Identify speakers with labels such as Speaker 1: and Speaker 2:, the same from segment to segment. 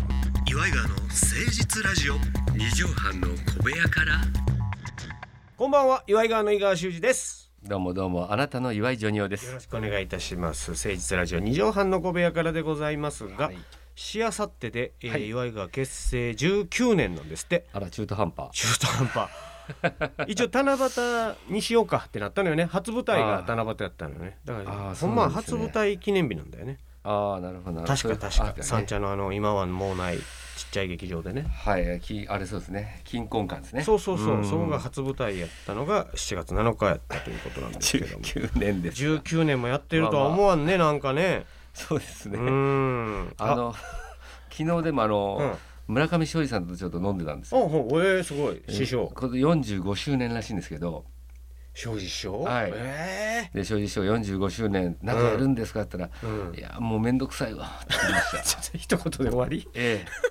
Speaker 1: イガーの誠実ラジオ
Speaker 2: 二畳半の小部屋から
Speaker 1: こんばんは岩井川の井川修司です
Speaker 2: どうもどうもあなたの岩井ジョニオで
Speaker 1: よ
Speaker 2: す
Speaker 1: ろしくお願いいたします誠実ラジオ二畳半の小部屋からでございますが、
Speaker 2: はい
Speaker 1: しあさってで、えー
Speaker 2: はい
Speaker 1: 岩井川結成19年なんですって
Speaker 2: あら中途半端
Speaker 1: 中途半 端一応七夕にしようかってなったのよね初舞台が
Speaker 2: あー
Speaker 1: 七夕だったのよねだか
Speaker 2: あ
Speaker 1: ら
Speaker 2: ー
Speaker 1: ほ
Speaker 2: そ
Speaker 1: ん
Speaker 2: う
Speaker 1: ま
Speaker 2: な
Speaker 1: は
Speaker 2: んです
Speaker 1: 初
Speaker 2: ね
Speaker 1: 舞台記念日なんだよね
Speaker 2: ああなるほどなるほ
Speaker 1: 確
Speaker 2: ど
Speaker 1: か確か
Speaker 2: あ
Speaker 1: 三茶のあの今はもうないちっちゃい劇場でね
Speaker 2: はいきあれそうですね金婚感ですね
Speaker 1: そうそうそう、
Speaker 2: ん
Speaker 1: そこが初舞台やったのが7月7日やったということなんですけども
Speaker 2: 19年ですか
Speaker 1: 19年もやってるとは思わんねなんかね
Speaker 2: そうです
Speaker 1: う
Speaker 2: ね、
Speaker 1: ん
Speaker 2: あの 昨日でもあの、
Speaker 1: うん
Speaker 2: 村上勝利さんとちょっと飲んでたんです
Speaker 1: あ
Speaker 2: よ
Speaker 1: ほうえー、すごい師匠
Speaker 2: これ45周年らしいんですけど
Speaker 1: 庄司師匠
Speaker 2: はい
Speaker 1: え
Speaker 2: で庄司師匠45周年なんかやるんですかって言った
Speaker 1: え
Speaker 2: ら、いやもうめんどくさいわって言いました
Speaker 1: ちょっと一言で終わり
Speaker 2: ええ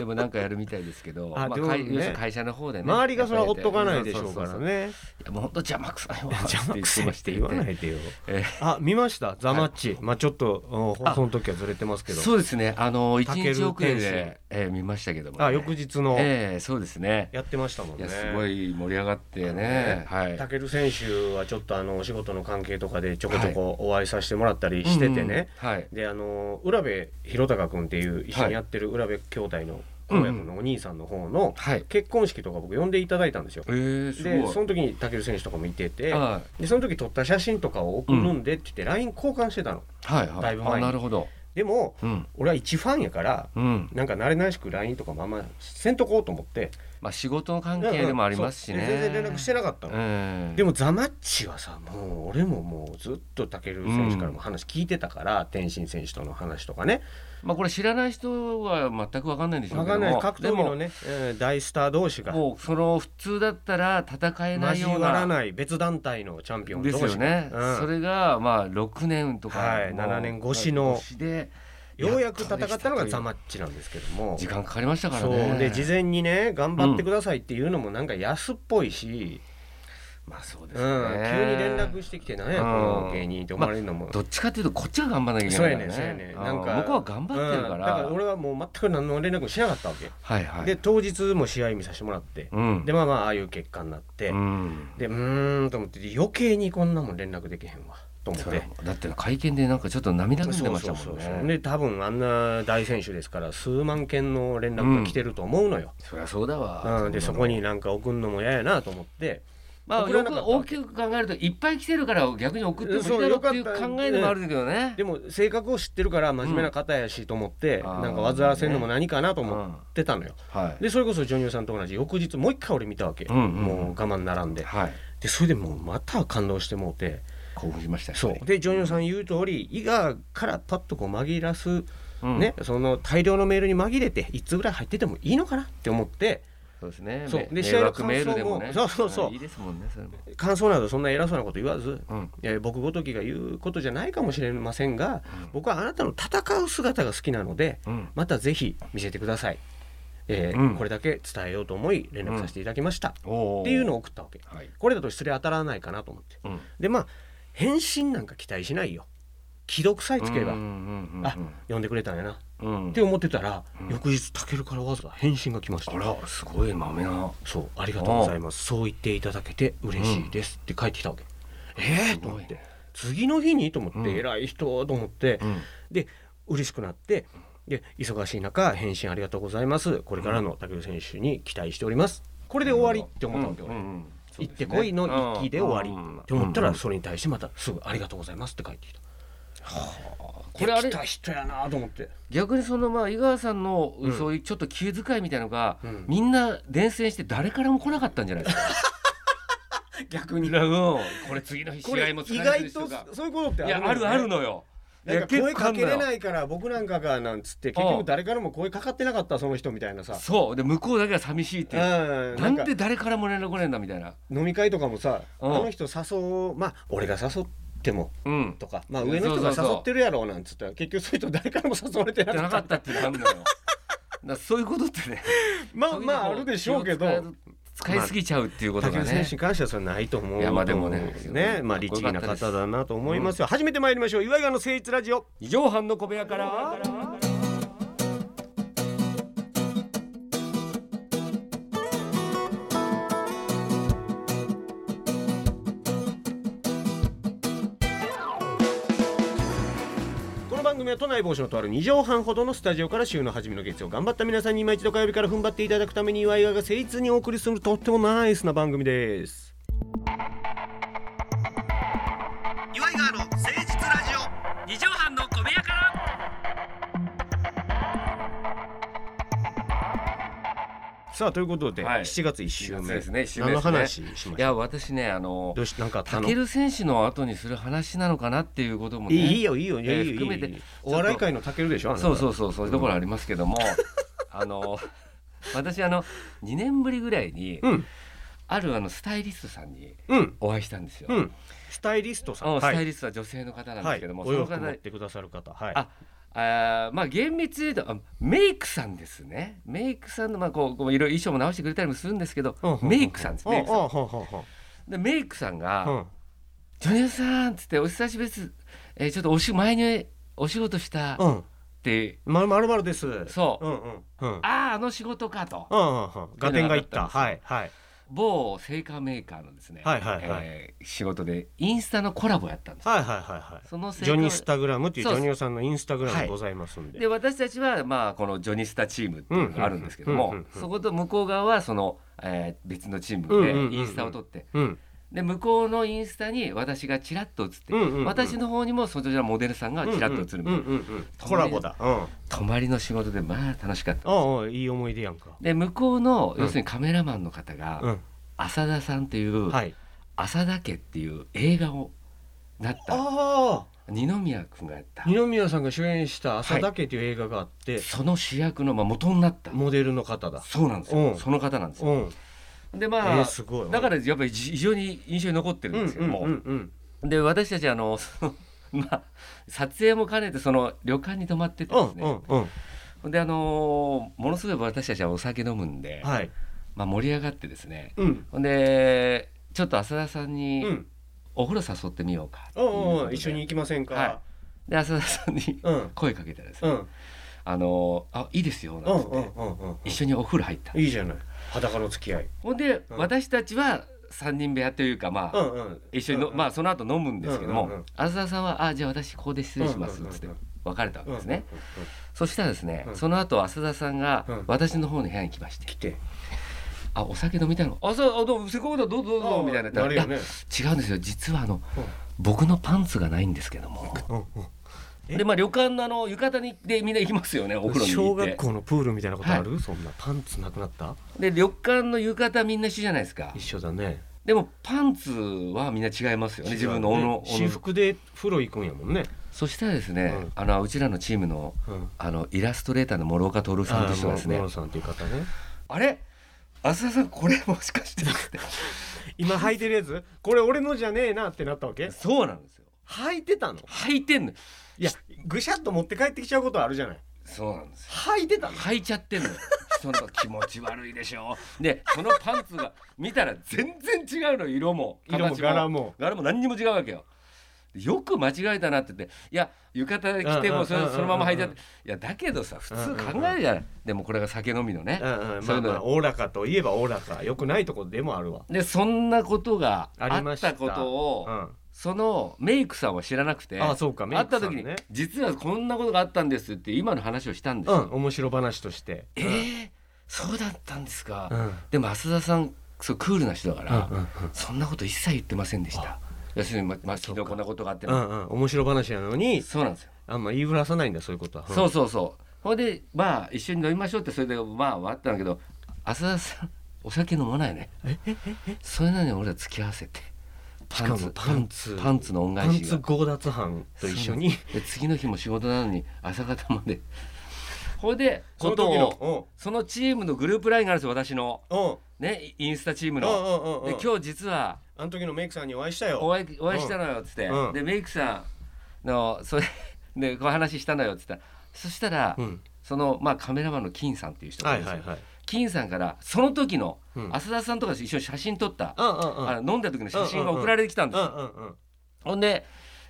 Speaker 2: でもなんかやるみたいですけど
Speaker 1: あ
Speaker 2: まあ
Speaker 1: でもね
Speaker 2: 会要するに会社の方でね
Speaker 1: 周りがそれはほっとかないでし
Speaker 2: そ
Speaker 1: ょ
Speaker 2: そうそ
Speaker 1: か
Speaker 2: そ
Speaker 1: らね
Speaker 2: いやもうほんと邪魔くさいわ
Speaker 1: 邪魔くせえって言わないでよ
Speaker 2: え
Speaker 1: あ見ましたザマッチまあちょっとお放送の時はずれてますけ
Speaker 2: え
Speaker 1: ど
Speaker 2: そうですねあの一
Speaker 1: タケル
Speaker 2: 日遅れ
Speaker 1: 天
Speaker 2: で、ええ見ましたけども、ね、
Speaker 1: あ翌日の
Speaker 2: ええそうですね
Speaker 1: やってましたもん
Speaker 2: い
Speaker 1: ね
Speaker 2: やすごい盛り上がってねはい
Speaker 1: タケル選手はちょっとあのお仕事の関係とかでちょこちょこお会いさせてもらったりしててね、
Speaker 2: うんうんはい
Speaker 1: であの浦部弘隆君っていう一緒にやってる浦部兄弟の親子のお兄さんの方の
Speaker 2: はい
Speaker 1: 結婚式とか僕呼んでいただいたんですよ。
Speaker 2: ええす
Speaker 1: で
Speaker 2: ごい
Speaker 1: その時にタケル選手とかもいてて
Speaker 2: は
Speaker 1: でその時撮った写真とかを送るんでって言って LINE 交換してたの。
Speaker 2: はいはい
Speaker 1: だいぶ前に
Speaker 2: あなるほど
Speaker 1: でも
Speaker 2: うん
Speaker 1: 俺は一ファンやから
Speaker 2: うん
Speaker 1: なんか慣れないしく LINE とかもあんませんとこうと思って
Speaker 2: まあ仕事の関係でもありますし
Speaker 1: う
Speaker 2: ね
Speaker 1: んうんそうで全然連絡してなかったの。
Speaker 2: うん
Speaker 1: でもザマッチはさもう俺ももうずっと武尊選手からも話聞いてたから、天心選手との話とかね
Speaker 2: まあこれ知らない人は全くわかんないんでしょう
Speaker 1: 分
Speaker 2: け
Speaker 1: か
Speaker 2: ども
Speaker 1: んない格闘技の
Speaker 2: で
Speaker 1: ね、えー大スター同士
Speaker 2: も
Speaker 1: が
Speaker 2: もうその普通だったら戦えないよ
Speaker 1: 交
Speaker 2: う
Speaker 1: わら
Speaker 2: な
Speaker 1: ない別団体のチャンピオン同
Speaker 2: で
Speaker 1: 士
Speaker 2: すよね、
Speaker 1: うん
Speaker 2: それがまあ6年とか、
Speaker 1: はい
Speaker 2: もう
Speaker 1: 7年越しの
Speaker 2: で
Speaker 1: ようやく戦ったのがザマ
Speaker 2: ッ
Speaker 1: ッチなんですけども
Speaker 2: 時間かかりましたから
Speaker 1: そう
Speaker 2: ね
Speaker 1: で事前にね頑張ってくださいっていうのもなんか安っぽいし、
Speaker 2: まあそうで
Speaker 1: うん
Speaker 2: すね、
Speaker 1: 急に連絡してきて何やこの芸人って思われるのも、
Speaker 2: どっちかというとこっちが頑張らなきゃいけ
Speaker 1: そう
Speaker 2: ない
Speaker 1: や
Speaker 2: か
Speaker 1: ねん
Speaker 2: らね
Speaker 1: そうやねん
Speaker 2: あー
Speaker 1: なんか
Speaker 2: 僕は頑張ってるか
Speaker 1: うん
Speaker 2: ら、
Speaker 1: だから俺はもう全く何の連絡もしなかったわけ
Speaker 2: はいはい
Speaker 1: で当日も試合見させてもらって、
Speaker 2: うん
Speaker 1: でまあまあああいう結果になって、
Speaker 2: うん
Speaker 1: でうーんと思って余計にこんなもん連絡できへんわと思っ
Speaker 2: そ
Speaker 1: て
Speaker 2: れはもうだって会見でなんかちょっと涙ぐんでましたもんね
Speaker 1: そうそうそうで多分あんな大選手ですから数万件の連絡が来てると思うのよ、
Speaker 2: そりゃそうだわ、
Speaker 1: うん
Speaker 2: んなの
Speaker 1: でそこになんか送るのも嫌やなと思って
Speaker 2: まあ
Speaker 1: 送ら
Speaker 2: よ
Speaker 1: なか
Speaker 2: く
Speaker 1: った
Speaker 2: 大きく考えるといっぱい来てるから逆に送ってもいいだろうっていう考えでもあるんだけどね
Speaker 1: でも性格を知ってるから真面目な方やしと思って、
Speaker 2: うん
Speaker 1: なんか煩わせるのも何かなと思ってたのよ、
Speaker 2: はい
Speaker 1: でそれこそジョニオさんと同じ翌日もう一回俺見たわけ、
Speaker 2: うんうんうん
Speaker 1: もう我慢並んで
Speaker 2: はい
Speaker 1: でそれでもうまた感動してもうて
Speaker 2: 興奮しましたよ
Speaker 1: そうでジョニオさん言う通り伊賀からパッとこう紛らす、
Speaker 2: うん
Speaker 1: ねその大量のメールに紛れて1通ぐらい入っててもいいのかなって思って
Speaker 2: そうですね
Speaker 1: そうで
Speaker 2: め
Speaker 1: 試合
Speaker 2: 迷
Speaker 1: の
Speaker 2: 惑メールでもね
Speaker 1: 感想もそうそうそう
Speaker 2: いいですもんねそれも
Speaker 1: 感想などそんな偉そうなこと言わず、
Speaker 2: うん
Speaker 1: いや僕ごときが言うことじゃないかもしれませんが、僕はあなたの戦う姿が好きなので、
Speaker 2: うん
Speaker 1: またぜひ見せてください、えー
Speaker 2: うん
Speaker 1: これだけ伝えようと思い連絡させていただきました、っていうのを送ったわけ
Speaker 2: はい
Speaker 1: これだと失礼当たらないかなと思って
Speaker 2: うん
Speaker 1: でまあ返信なんか期待しないよ既読さえつければ、
Speaker 2: うんうんうんうん
Speaker 1: あ呼んでくれたんやな
Speaker 2: うん
Speaker 1: って思ってたら、翌日たけるからわざわざ返信が来ました
Speaker 2: あらすごい豆な
Speaker 1: そうありがとうございますそう言っていただけて嬉しいですって帰ってきたわけ、ええ
Speaker 2: す
Speaker 1: と
Speaker 2: ごい
Speaker 1: 思っ
Speaker 2: ね
Speaker 1: て次の日にと思って、
Speaker 2: うん
Speaker 1: 偉い人と思って、
Speaker 2: うん
Speaker 1: で嬉しくなってで忙しい中返信ありがとうございますこれからの武尊選手に期待しておりますこれで終わりって思ったわけ、俺行ってこいの一気で終わりって思ったらそれに対してまたすぐ「ありがとうございます」って帰ってきた、
Speaker 2: これあれ
Speaker 1: できた人やなと思って
Speaker 2: 逆にそのまあ井川さんのそういうちょっと気遣いみたいのが
Speaker 1: うん
Speaker 2: みんな伝染して誰からも来なかったんじゃないですか
Speaker 1: 逆に
Speaker 2: うんこれ次の日
Speaker 1: こ
Speaker 2: 試
Speaker 1: れ
Speaker 2: 合も
Speaker 1: 意
Speaker 2: 使える
Speaker 1: 外
Speaker 2: 人
Speaker 1: と
Speaker 2: が
Speaker 1: そういうことって
Speaker 2: いやあ
Speaker 1: のよ
Speaker 2: る
Speaker 1: ね
Speaker 2: あるのよ
Speaker 1: なんか
Speaker 2: いや
Speaker 1: 声かけれ
Speaker 2: 結構あ
Speaker 1: なんいから僕なんかがなんつって結
Speaker 2: う
Speaker 1: 局
Speaker 2: ん
Speaker 1: 誰からも声かかってなかったその人みたいなさ
Speaker 2: のよそうで向こうだけは寂しいって
Speaker 1: う
Speaker 2: い
Speaker 1: ん
Speaker 2: う
Speaker 1: な
Speaker 2: なんん
Speaker 1: か
Speaker 2: で誰からも連絡来ねえんだみたいな。
Speaker 1: 飲み会とかもさこ
Speaker 2: うん
Speaker 1: の人誘うまあ俺が誘っても
Speaker 2: うん。
Speaker 1: とかまあ上の人が
Speaker 2: そうそうそう
Speaker 1: 誘ってるやろうなんつったら結局そういう人誰からも誘われてな
Speaker 2: じゃ
Speaker 1: か
Speaker 2: な
Speaker 1: っ
Speaker 2: か
Speaker 1: た
Speaker 2: ったってなんだよ。だからそういうことってね。
Speaker 1: まあまああるでしょうけど
Speaker 2: 気を使い使いすぎちゃうっていうこと
Speaker 1: 竹
Speaker 2: が
Speaker 1: 内選
Speaker 2: ね
Speaker 1: 手。に関してはそれはないと思う
Speaker 2: いやまあでもね
Speaker 1: ねまあ律儀な方だなと思いますよ初めて参りましょう岩井川の誠一ラジオ
Speaker 2: 二畳半の小部屋から。
Speaker 1: の番組は都内某所のとある2畳半ほどのスタジオから週の初めの月曜頑張った皆さんに今一度火曜日から踏ん張っていただくために岩井川が誠実にお送りするとってもナイスな番組です岩井川の誠実ラジオ
Speaker 2: 二畳半の小部屋から。
Speaker 1: さあということで、
Speaker 2: はい
Speaker 1: 7月1週目
Speaker 2: 7月ですね一週
Speaker 1: 何
Speaker 2: 目で
Speaker 1: の
Speaker 2: すね
Speaker 1: 話しま
Speaker 2: い
Speaker 1: した
Speaker 2: や私ねあの
Speaker 1: どうしなんかあった
Speaker 2: タ
Speaker 1: の
Speaker 2: ケル選手の後にする話なのかなっていうことも
Speaker 1: い
Speaker 2: ね。
Speaker 1: いいいよいいよいいよ、
Speaker 2: えー
Speaker 1: いいよ
Speaker 2: 含めて
Speaker 1: いいよ
Speaker 2: ちょっと
Speaker 1: お笑い界のタケルでしょあなた
Speaker 2: そうそうそうそういうところあります けども、あの私あの2年ぶりぐらいに、
Speaker 1: うん
Speaker 2: あるあのスタイリストさんに
Speaker 1: うん
Speaker 2: お会いしたんですよ。
Speaker 1: うんスタイリストさ
Speaker 2: あの
Speaker 1: ん
Speaker 2: スタイ
Speaker 1: リ
Speaker 2: リストは女性の方なんで
Speaker 1: は
Speaker 2: す
Speaker 1: い
Speaker 2: けども、
Speaker 1: お洋
Speaker 2: そ
Speaker 1: 服
Speaker 2: の
Speaker 1: 持
Speaker 2: 方
Speaker 1: ってくださる方はい
Speaker 2: ああーまあ厳密に言うとあメイクさんですねメイクさんのまあこうこういろいろ衣装も直してくれたりもするんですけど、
Speaker 1: うんうんうん
Speaker 2: メイクさんです、メイクさん
Speaker 1: ああほうほうほ
Speaker 2: でメイクさんが、
Speaker 1: ううん
Speaker 2: ジョニオさん」っつって「お久しぶりです、えーちょっとおし前にお仕事した」っ
Speaker 1: うん
Speaker 2: て、
Speaker 1: まるまるまるです
Speaker 2: そう、
Speaker 1: うんうんうん
Speaker 2: あああの仕事かと、
Speaker 1: うんうんうんガテンがいったはいはい
Speaker 2: 某製菓メーカーのですね、
Speaker 1: はいはいはい
Speaker 2: えー仕事でインスタのコラボやったんですよ
Speaker 1: はいはいはいはい
Speaker 2: その成果
Speaker 1: ジョニスタグラムっていうジ
Speaker 2: そう
Speaker 1: ョ
Speaker 2: そう
Speaker 1: ニオさんのインスタグラ
Speaker 2: は
Speaker 1: ム
Speaker 2: い
Speaker 1: ございますんで
Speaker 2: で私たちはまあこのジョニスタチームっていうのがあるんですけど
Speaker 1: うんう
Speaker 2: も
Speaker 1: んうんうん
Speaker 2: そこと向こう側はその、えー別のチー
Speaker 1: うんうんうんう
Speaker 2: ム
Speaker 1: ん
Speaker 2: でインスタを撮って
Speaker 1: うん
Speaker 2: で向こうのインスタに私がちらっと映って、
Speaker 1: うんうんうん
Speaker 2: 私の方にもそちらのモデルさんがちらっと映るみたいな、
Speaker 1: うんうんうんコラボだうん
Speaker 2: 泊まりの仕事でまあ楽しかった
Speaker 1: ああいい思い出やんか
Speaker 2: で向こうの
Speaker 1: うん
Speaker 2: 要するにカメラマンの方が、
Speaker 1: う
Speaker 2: 浅田さんっていう、
Speaker 1: んはい
Speaker 2: 浅田家っていう映画をなった
Speaker 1: ああ
Speaker 2: 二宮君がやった
Speaker 1: 二宮さんが主演した「朝だけ」という映画があって、
Speaker 2: その主役の、まあ、元になった
Speaker 1: モデルの方だ
Speaker 2: そうなんですよ、
Speaker 1: うん
Speaker 2: その方なんです
Speaker 1: う
Speaker 2: よ、
Speaker 1: ん、
Speaker 2: で
Speaker 1: え
Speaker 2: まあ、
Speaker 1: ーすごい
Speaker 2: だからやっぱりじ非常に印象に残って
Speaker 1: う
Speaker 2: る
Speaker 1: ん
Speaker 2: ん
Speaker 1: うん
Speaker 2: ですけども、
Speaker 1: うんうん
Speaker 2: で私たちあのその まあ撮影も兼ねてその旅館に泊まってて
Speaker 1: う
Speaker 2: で
Speaker 1: ん
Speaker 2: すね、
Speaker 1: うんうん
Speaker 2: であのーものすごい私たちはお酒飲むんで、
Speaker 1: はい
Speaker 2: まあ、盛り上がってですね
Speaker 1: うん
Speaker 2: ほんでちょっと浅田さん
Speaker 1: う
Speaker 2: に
Speaker 1: ん
Speaker 2: お風呂誘ってみようかって
Speaker 1: お
Speaker 2: いううことで
Speaker 1: おう一緒に行きませんか、
Speaker 2: はで浅田さんに
Speaker 1: うん
Speaker 2: 声かけたらです
Speaker 1: う
Speaker 2: ね
Speaker 1: ん
Speaker 2: 「あのーあいいですよ」
Speaker 1: う
Speaker 2: なんんつっ
Speaker 1: うん
Speaker 2: て
Speaker 1: うんうん
Speaker 2: 一緒にお風呂入った
Speaker 1: いいじゃない裸の付き合い
Speaker 2: ほんで
Speaker 1: うん
Speaker 2: 私たちは3人部屋というかま
Speaker 1: う
Speaker 2: あ
Speaker 1: んうん
Speaker 2: 一緒にの
Speaker 1: うん
Speaker 2: まあその後飲むんですけど
Speaker 1: うんうんう
Speaker 2: も
Speaker 1: ん
Speaker 2: 浅田さんは「あじゃあ私ここで失礼します」
Speaker 1: うんうんう
Speaker 2: っ
Speaker 1: ん
Speaker 2: つって別れたわけですね
Speaker 1: うんうんうん
Speaker 2: そしたらですね
Speaker 1: うん
Speaker 2: その後浅田さんが
Speaker 1: うん
Speaker 2: 私の方の部屋に来まして
Speaker 1: 来て
Speaker 2: 「あお酒飲みたいのあそうあどうせっかくだどうぞどうぞ」みたいな
Speaker 1: なるよね
Speaker 2: 違うんですよ実はあの、
Speaker 1: うん
Speaker 2: 僕のパンツがないんですけども
Speaker 1: うんうんえ
Speaker 2: でまあ旅館のあの浴衣にでみんな行きますよ ねお風呂に
Speaker 1: 小
Speaker 2: 行っ
Speaker 1: 学
Speaker 2: て
Speaker 1: 校のプールみたいなことある、そんなパンツなくなった
Speaker 2: で旅館の浴衣みんな一緒じゃないですか
Speaker 1: 一緒だね
Speaker 2: でもパンツはみんな違いますよね自分のおのおの
Speaker 1: 私服で風呂行くんやもんね、
Speaker 2: そしたらですね、
Speaker 1: うん
Speaker 2: あのうちらのチームの
Speaker 1: うん、
Speaker 2: あのイラストレーターの諸岡徹さんと一緒ですね
Speaker 1: モロさんという方ね
Speaker 2: あれ浅田さんこれもしかしてって
Speaker 1: 今履いてるやつこれ俺のじゃねえなってなったわけ
Speaker 2: そうなんですよ
Speaker 1: 履いてたの
Speaker 2: 履いてんの
Speaker 1: いやぐしゃっと持って帰ってきちゃうことあるじゃない
Speaker 2: そうなんですよ
Speaker 1: 履いてたの
Speaker 2: 履いちゃってんのよ人の気持ち悪いでしょでそのパンツが見たら全然違うの色も
Speaker 1: 色も
Speaker 2: 形
Speaker 1: 柄も
Speaker 2: 柄も何にも違うわけよよく間違えたなって言っていや浴衣着て
Speaker 1: うんう
Speaker 2: も
Speaker 1: ん
Speaker 2: うそれ
Speaker 1: うん
Speaker 2: そのまま履いちゃっ
Speaker 1: うん
Speaker 2: ていやだけどさ普通考えるじゃないでもこれが酒飲みのね
Speaker 1: うんうん
Speaker 2: そ
Speaker 1: ま
Speaker 2: う
Speaker 1: あま
Speaker 2: いう
Speaker 1: あ
Speaker 2: の
Speaker 1: おおらかといえばおおらかよくないとこでもあるわ
Speaker 2: でそんなことが
Speaker 1: あ
Speaker 2: あ
Speaker 1: りま
Speaker 2: っ
Speaker 1: した
Speaker 2: たことを
Speaker 1: うん
Speaker 2: そのメイクさんは知らなくて
Speaker 1: あそうかメイ
Speaker 2: 会っ
Speaker 1: クさ
Speaker 2: た
Speaker 1: ん
Speaker 2: 時
Speaker 1: ね
Speaker 2: に実はこんなことがあったんですって今の話をしたんです
Speaker 1: う
Speaker 2: よ
Speaker 1: ん面白話として
Speaker 2: えーそうだったんですか
Speaker 1: うんうん
Speaker 2: でも浅田さんそうクールな人だか
Speaker 1: う
Speaker 2: ら、
Speaker 1: んうん
Speaker 2: そんなこと一切言ってませんでした要するに、ままあ、昨日こんなことがあって
Speaker 1: う
Speaker 2: なん
Speaker 1: うん面白話なのに
Speaker 2: そうなんですよ、
Speaker 1: あんま言いふらさないんだそういうことは
Speaker 2: そううそうそうほいでまあ一緒に飲みましょうってそれでまあ終わったんだけど浅田さんお酒飲まないねそれなのに俺ら付き合わせて
Speaker 1: し
Speaker 2: パ
Speaker 1: かも
Speaker 2: ンツ
Speaker 1: パンツ
Speaker 2: パンツの恩
Speaker 1: パ
Speaker 2: 返
Speaker 1: ン
Speaker 2: し
Speaker 1: ツ
Speaker 2: が
Speaker 1: 強奪犯と一緒に
Speaker 2: で次の日も仕事なのに朝方までほいで
Speaker 1: その
Speaker 2: こと
Speaker 1: 時
Speaker 2: を
Speaker 1: の
Speaker 2: そのチームのグループラインがあるんですよ私の
Speaker 1: うんうん
Speaker 2: ねインスタチーム
Speaker 1: う
Speaker 2: の
Speaker 1: んうんうんうん
Speaker 2: で今日実は
Speaker 1: あの時のメイクさんにお会いしたよ
Speaker 2: お会いお会いしたのよっつって、
Speaker 1: うん
Speaker 2: でメイクさんのそれでこう話したのよっつったらそしたら、
Speaker 1: うん
Speaker 2: そのまあカメラマンの金さんっていう人が
Speaker 1: はい
Speaker 2: るん
Speaker 1: い
Speaker 2: ですよ
Speaker 1: はいはい
Speaker 2: 金さんからその時の
Speaker 1: うん
Speaker 2: 浅田さんとかと一緒に写真撮った、
Speaker 1: うんうんうん
Speaker 2: あの飲んだ時の写真
Speaker 1: うんう
Speaker 2: が
Speaker 1: んうん
Speaker 2: 送られてきたんです、
Speaker 1: うんうんうん
Speaker 2: ほんで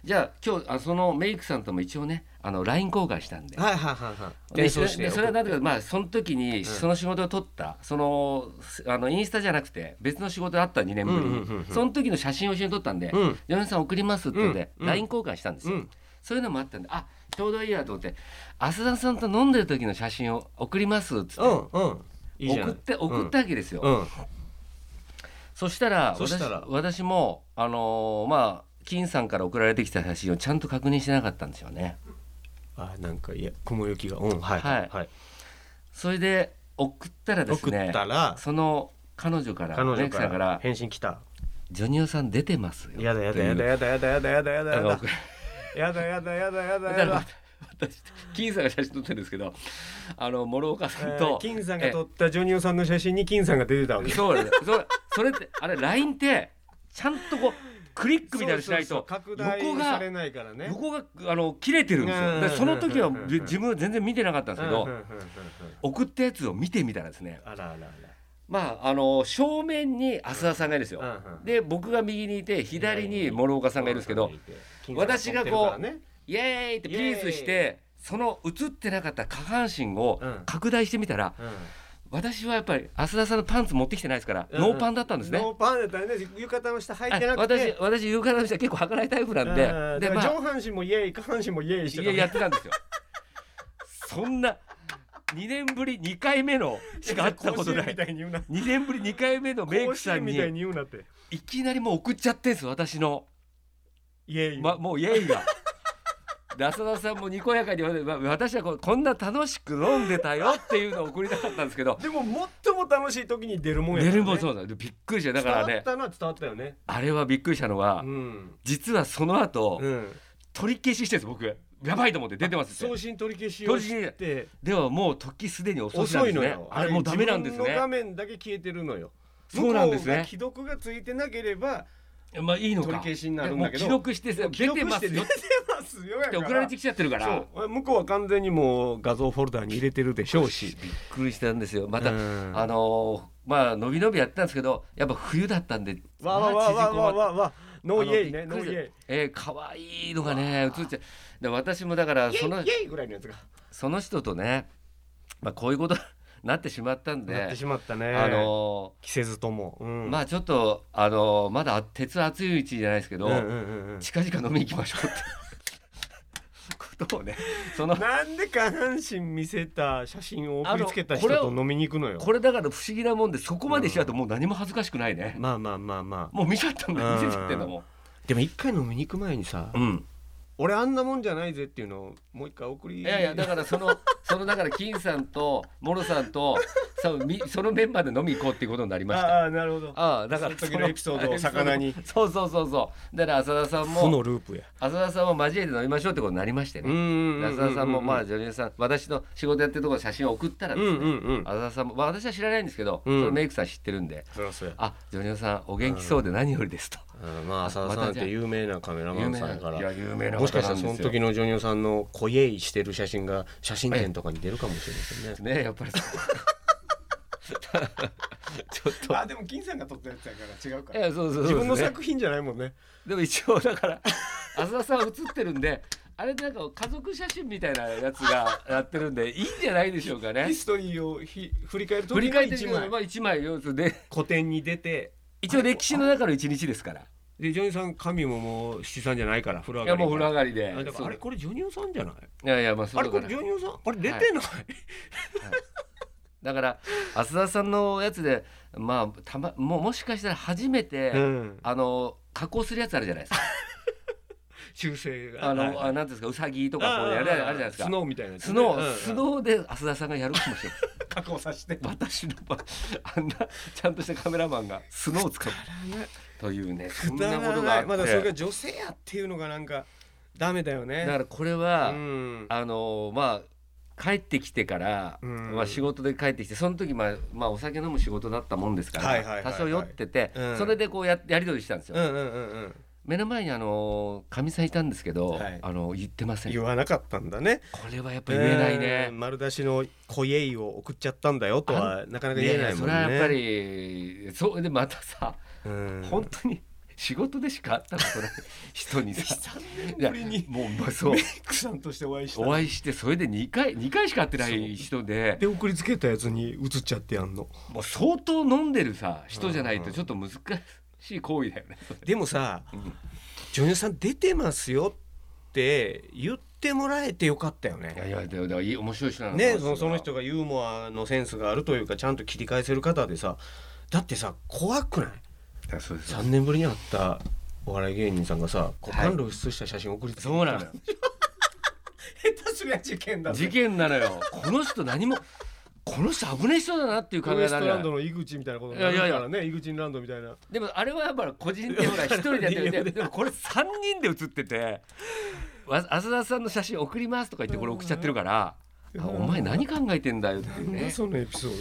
Speaker 2: じゃあ今日あそのメイクさんとも一応ねあの LINE 交換したんで。
Speaker 1: はいはいはいはい
Speaker 2: で
Speaker 1: 転送して
Speaker 2: でそれはなんていうかまあその時に
Speaker 1: ん
Speaker 2: その仕事を取った、そのあのインスタじゃなくて別の仕事あった2年ぶりに、
Speaker 1: うんうんうんうん
Speaker 2: その時の写真を一緒に撮ったんで、
Speaker 1: うん
Speaker 2: 米さん送りますって言って
Speaker 1: うん
Speaker 2: LINE 交換したんですよ、
Speaker 1: うん
Speaker 2: そういうのもあったんであちょうどいいやと思って浅田さんと飲んでる時の写真を送りますっつって、
Speaker 1: うんうんいいじゃん
Speaker 2: 送って送ったわけですよ、
Speaker 1: うん
Speaker 2: そしたら
Speaker 1: そしたら
Speaker 2: 私私もあのーまあ金さんから送られてきた写真をちゃんと確認してなかったんですよね
Speaker 1: あなんかいや雲行きがうんはい
Speaker 2: はい
Speaker 1: はい
Speaker 2: それで送ったらです
Speaker 1: 送
Speaker 2: ね
Speaker 1: ったら
Speaker 2: その彼女から
Speaker 1: 彼
Speaker 2: メ
Speaker 1: 女
Speaker 2: イクさん
Speaker 1: か
Speaker 2: からら
Speaker 1: 返信来た
Speaker 2: 「ジョニオさん出てますよ」
Speaker 1: やだやだやだ
Speaker 2: という
Speaker 1: やだやだやだやだやだ
Speaker 2: な
Speaker 1: や
Speaker 2: ん
Speaker 1: だ
Speaker 2: か送ら
Speaker 1: やだやだやだやだ
Speaker 2: だ
Speaker 1: や
Speaker 2: から
Speaker 1: だ
Speaker 2: 私金さんが写真撮ってるんですけどあの諸岡さん
Speaker 1: えー、
Speaker 2: と
Speaker 1: 金さんが撮ったジョニオさんの写真に金さんが出てたわ
Speaker 2: え
Speaker 1: け
Speaker 2: そうなんだよそうそれってあれ LINE ってちゃんとこうクリックみたいなのしない
Speaker 1: そう
Speaker 2: と
Speaker 1: そうそう拡
Speaker 2: 横
Speaker 1: 大
Speaker 2: が
Speaker 1: されないからね
Speaker 2: 横があの切れてるんです
Speaker 1: うんうんうんうん
Speaker 2: よでその時はじ自分は全然見てなかったんですけ
Speaker 1: うんう
Speaker 2: ど
Speaker 1: んうんうんうん
Speaker 2: 送ったやつを見てみたらですね
Speaker 1: あらあらあら
Speaker 2: まああの正面に浅田さんがいるんですよ
Speaker 1: うんうん
Speaker 2: で僕が右にいて左に諸岡さんがいるんですけど
Speaker 1: 金さん撮ってるからね
Speaker 2: イエーイってピースしてその映ってなかった下半身を
Speaker 1: うん
Speaker 2: 拡大してみたら
Speaker 1: う
Speaker 2: 私はやっぱり浅田さんのパンツ持ってきてないですから
Speaker 1: うん
Speaker 2: ノーパンだったんです
Speaker 1: ん
Speaker 2: ね
Speaker 1: ノーパンだったらね浴衣の下履いて
Speaker 2: あ
Speaker 1: なく
Speaker 2: 私
Speaker 1: て
Speaker 2: 私夕方の人は結構はからないタイプな
Speaker 1: うんん
Speaker 2: でで
Speaker 1: だから
Speaker 2: まあ
Speaker 1: 上半身もイエイ下半身もイエイして
Speaker 2: い
Speaker 1: た
Speaker 2: ややってたんですよそんな2年ぶり2回目のしか会ったこ とな
Speaker 1: 甲子園みた
Speaker 2: い
Speaker 1: いに言うな
Speaker 2: 2年ぶり2回目のメイクさ
Speaker 1: 甲子
Speaker 2: ん
Speaker 1: 園みたい
Speaker 2: に
Speaker 1: に言うなって
Speaker 2: いきなりもう送っちゃってんですよ私の、
Speaker 1: イエイ
Speaker 2: ま、もうイエイが。で浅田さんもにこやかに、ま私はこうこんな楽しく飲んでたよっていうのを送りたかったんですけど
Speaker 1: でも最も楽しい時に出るもんや
Speaker 2: 寝るも
Speaker 1: う
Speaker 2: そうなんでびっくりしただ
Speaker 1: だ
Speaker 2: か
Speaker 1: かららね伝わ
Speaker 2: ね
Speaker 1: ったのは伝わったよね
Speaker 2: あれはびっくりしたのは、
Speaker 1: うん
Speaker 2: 実はその後、
Speaker 1: うん
Speaker 2: 取り消ししてるんです僕やばいと思って出てますって
Speaker 1: 送信取り消しをして
Speaker 2: ではもう時すでに遅しなん
Speaker 1: 遅
Speaker 2: で
Speaker 1: い
Speaker 2: す
Speaker 1: の
Speaker 2: ね
Speaker 1: よ
Speaker 2: あれもうダメなんです
Speaker 1: 自分の画
Speaker 2: ね
Speaker 1: 面だけ消えてるのよ
Speaker 2: そうなんです
Speaker 1: 向こが
Speaker 2: ね
Speaker 1: 既読がついてなければ
Speaker 2: まあいいのか
Speaker 1: 取り消しになるんだけど
Speaker 2: でもう既読してさ出てます
Speaker 1: 既読
Speaker 2: よっ
Speaker 1: して出てますよやか
Speaker 2: て
Speaker 1: ら
Speaker 2: 送られてきちゃってるから
Speaker 1: そう向こうは完全にもう画像フォルダに入れてるでしょう
Speaker 2: びっ
Speaker 1: し
Speaker 2: くりしたんですよまたあ
Speaker 1: うん
Speaker 2: のーまあのびのびやってたんですけどやっぱ冬だったんで
Speaker 1: わわわわわ
Speaker 2: まあ縮こまっ
Speaker 1: わわノーイエイね
Speaker 2: あ
Speaker 1: ノ
Speaker 2: のびっくり
Speaker 1: ーイエ
Speaker 2: した
Speaker 1: イ
Speaker 2: えー可愛いのがね映っちゃうで私もだからその
Speaker 1: イエイイエイぐらいのやつが
Speaker 2: その人とねまあこういうことに なってしまったん
Speaker 1: なっ
Speaker 2: で
Speaker 1: てしまったね
Speaker 2: あのー
Speaker 1: 着せずともうん
Speaker 2: まあちょっとあのまだ鉄熱いうちじゃないですけど、
Speaker 1: うんうんうんうん
Speaker 2: 近々飲みに行きましょ うってことをねその
Speaker 1: なんで下半身見せた写真を送りつけた人
Speaker 2: あの
Speaker 1: と
Speaker 2: これ
Speaker 1: 飲みに行くのよ
Speaker 2: これだから不思議なもんでそこまでしちゃうともう何も恥ずかしくないね、
Speaker 1: まあまあまあまあ
Speaker 2: もう見ちゃったんだ
Speaker 1: うん
Speaker 2: 見せちゃってんだも
Speaker 1: でも一回飲みに行く前にさ
Speaker 2: ん、うん、
Speaker 1: 俺あんなもんじゃないぜっていうのをもう一回送り
Speaker 2: いやいやだからそ のそのだから金さんとモロさんとそのみそのメンバーで飲み行こうっていうことになりました
Speaker 1: ああなるほど
Speaker 2: ああだから
Speaker 1: その時のエピソード を魚に
Speaker 2: そうそうそうそうだから浅田さん
Speaker 1: 負
Speaker 2: も
Speaker 1: のループや
Speaker 2: 浅田さんも交えて飲みましょうってことになりましてね安田さんもまあ女優さん私の仕事やってるところ写真を送ったら
Speaker 1: う
Speaker 2: で
Speaker 1: んう
Speaker 2: す
Speaker 1: ん
Speaker 2: ね、
Speaker 1: うん
Speaker 2: 浅田さんも、まあ、私は知らないんですけど、
Speaker 1: うん
Speaker 2: そのメイクさん知ってるんで
Speaker 1: そりゃそうや
Speaker 2: 「あジョニオさんお元気そうで何よりです」と、
Speaker 1: うんまあ浅田さんって有名なカメラマ
Speaker 2: 有
Speaker 1: ン
Speaker 2: 名
Speaker 1: さんや
Speaker 2: な
Speaker 1: から
Speaker 2: いや有名な
Speaker 1: もし
Speaker 2: 方
Speaker 1: かし
Speaker 2: な
Speaker 1: た
Speaker 2: ん
Speaker 1: ら
Speaker 2: です
Speaker 1: その
Speaker 2: よ
Speaker 1: 時のジョニオさんの小えいしてる写真が写真展とかに出るかもしれませんね。
Speaker 2: ねやっぱりそうちょっと
Speaker 1: あでも金さんが撮ったやつやから違うか
Speaker 2: い。やそうそうそうで
Speaker 1: 自
Speaker 2: すね
Speaker 1: 分の作品じゃないもんね。
Speaker 2: でも一応だから 浅田さんは写ってるんであれなんか家族写真みたいなやつが やってるんでいいんじゃないでしょうかね
Speaker 1: ヒストリーをひ振り返る
Speaker 2: 振
Speaker 1: 時
Speaker 2: り
Speaker 1: の
Speaker 2: 返って
Speaker 1: 一
Speaker 2: みれ
Speaker 1: 枚
Speaker 2: ば一枚要するで
Speaker 1: 古典に出て
Speaker 2: 一応歴史の中の一日ですから
Speaker 1: でジョニオさん髪ももう七三じゃないから風呂
Speaker 2: い
Speaker 1: 上が
Speaker 2: や
Speaker 1: り
Speaker 2: もう風呂上
Speaker 1: が
Speaker 2: がりで
Speaker 1: あだからあれこれジョニオさんじゃない
Speaker 2: いやいやまあそ
Speaker 1: あ
Speaker 2: う
Speaker 1: れ
Speaker 2: だ
Speaker 1: こ
Speaker 2: か
Speaker 1: れ
Speaker 2: ら
Speaker 1: ジョニオさんあれ出てない、
Speaker 2: だから浅田さんのやつでまあたまもうもしかしたら初めて、
Speaker 1: うん
Speaker 2: あの加工するやつあるじゃないですか
Speaker 1: 修正が
Speaker 2: あの、
Speaker 1: はい
Speaker 2: あなんていうんですかウサギとかこうやるあるじゃないですか
Speaker 1: スノーみたいなやつ
Speaker 2: ス
Speaker 1: ね
Speaker 2: ノ
Speaker 1: うんう
Speaker 2: ー
Speaker 1: ん
Speaker 2: スノーで浅田さんがやるかもしれない
Speaker 1: 確保させ て
Speaker 2: 私の場合 あんなちゃんとしたカメラマンがスノーを使うというねそんなことがあって
Speaker 1: まだそれが
Speaker 2: だ
Speaker 1: 女性やっていうのがなんかダメだよね
Speaker 2: からこれは、
Speaker 1: うん
Speaker 2: あのまあ帰ってきてから、
Speaker 1: うん
Speaker 2: まあ、仕事で帰ってきてその時、まあまあ、お酒飲む仕事だったもんですから、
Speaker 1: はいはいはいはい
Speaker 2: 多少酔ってて、
Speaker 1: うん
Speaker 2: それでこうややり取りしたんですよ、
Speaker 1: うんうんうんうん
Speaker 2: 目の前にあのかみさんいたんですけど、
Speaker 1: はい
Speaker 2: あの言ってません
Speaker 1: 言
Speaker 2: こ
Speaker 1: わなかったんだね
Speaker 2: れはやっぱ言えないね
Speaker 1: うん丸出しの小エイを送っちゃったんだよとはなかなか言えないもんね
Speaker 2: それはやっぱりそうでまたさ、
Speaker 1: うん
Speaker 2: 本当に仕事でしか会ったことない人にさ いや
Speaker 1: ぶりに
Speaker 2: もうまあそう
Speaker 1: イクさんとしてお会いし
Speaker 2: お会いしてそれで2回二回しか会ってない人で
Speaker 1: で送りつけたやつに映っちゃってやんの
Speaker 2: もう相当飲んでるさ人じゃない
Speaker 1: うんう
Speaker 2: と
Speaker 1: ん
Speaker 2: ちょっと難しい行為だよね。
Speaker 1: でもさ
Speaker 2: うん
Speaker 1: ジョニオさん出てますよって言ってもらえてよかったよ
Speaker 2: いや
Speaker 1: ね。
Speaker 2: いやでもでもいい面白い人なの
Speaker 1: ねそのその人がユーモアのセンスがあるというかちゃんと切り返せる方でさだってさ怖くない
Speaker 2: がそうです
Speaker 1: ?3 年ぶりに会ったお笑い芸人さんがさ股
Speaker 2: はい
Speaker 1: 間露出した写真送りつけてき
Speaker 2: そう
Speaker 1: た
Speaker 2: なのよ
Speaker 1: 下手すりゃ事件だ
Speaker 2: 事
Speaker 1: ぜ
Speaker 2: 件なのよこの人何もこの人危ない人だなっていう考
Speaker 1: ウ
Speaker 2: え
Speaker 1: エ
Speaker 2: な
Speaker 1: ス
Speaker 2: ん
Speaker 1: ト
Speaker 2: だ
Speaker 1: ラン
Speaker 2: よ
Speaker 1: ドの井口みたいなことになる
Speaker 2: いやいやいや
Speaker 1: からね井口ランドみたいな
Speaker 2: でもあれはやっぱり個人でほら一人でやってるででもこれ3人で写ってて「わ浅田さんの写真送ります」とか言ってこれ送っちゃってるから「あお前何考えてんだよ」っていう
Speaker 1: なんだ
Speaker 2: ね
Speaker 1: そのエピソード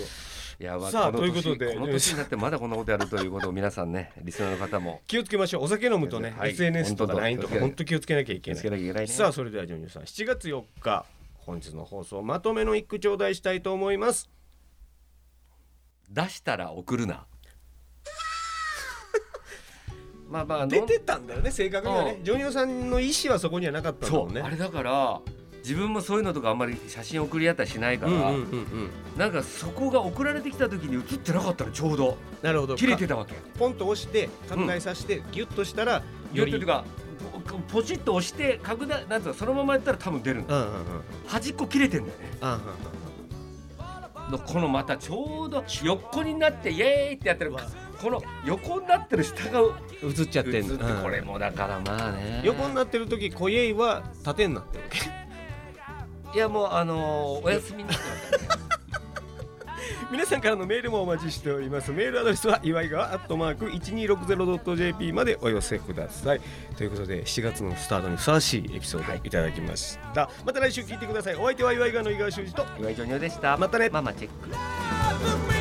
Speaker 2: いやま
Speaker 1: さあ
Speaker 2: この
Speaker 1: と
Speaker 2: 年
Speaker 1: いうことで
Speaker 2: この年になってまだこんなことやるということを皆さんねリスナーの 方も
Speaker 1: 気をつけましょうお酒飲むとね、
Speaker 2: はい
Speaker 1: SNS とか
Speaker 2: 本当だ
Speaker 1: LINE とか本当気をつけなきゃい
Speaker 2: 気
Speaker 1: け
Speaker 2: を
Speaker 1: な
Speaker 2: つ
Speaker 1: い
Speaker 2: けなきゃいけないね
Speaker 1: さあそれではジョニオさん7月4日本日の放送まとめの一句頂戴したいと思います
Speaker 2: 出したら送 るなまあまあ
Speaker 1: 出てたんだよね正確にはね
Speaker 2: う
Speaker 1: ジョニオさんの意思はそこにはなかったんだ
Speaker 2: そ
Speaker 1: もん
Speaker 2: う、
Speaker 1: ね
Speaker 2: あれだから自分もそういうのとかあんまり写真送り合ったりしないか
Speaker 1: うんう
Speaker 2: ら、
Speaker 1: んうんうん
Speaker 2: なんかそこが送られてきた時に写ってなかったのちょうど
Speaker 1: なるほど
Speaker 2: 切れてたわけ
Speaker 1: かポンと押して拡大させて、ギュッとしたらよ
Speaker 2: より
Speaker 1: り
Speaker 2: というかポポチッと押して拡大なんつうのそのままやったら多分出るの
Speaker 1: うんうんうん
Speaker 2: 端っこ切れてんだよね
Speaker 1: あ
Speaker 2: のこのまたちょうど横になってイエーイってやってる
Speaker 1: うわ
Speaker 2: この横になってる下が
Speaker 1: 映っちゃっ
Speaker 2: 映
Speaker 1: て
Speaker 2: っ
Speaker 1: ん
Speaker 2: て
Speaker 1: の
Speaker 2: これもだからまあね
Speaker 1: 横になってる時小エイは縦になってる
Speaker 2: いやもうあのーお休みになってますからね
Speaker 1: 皆さんからのメールもお待ちしておりますメールアドレスは祝いがアットマーク 1260.jp までお寄せくださいということで7月のスタートにふさわしいエピソードいただきました、また来週聞いてくださいお相手は祝いがの井川修司と
Speaker 2: 岩井ジョニオでした
Speaker 1: またね
Speaker 2: ママチェック
Speaker 3: Love me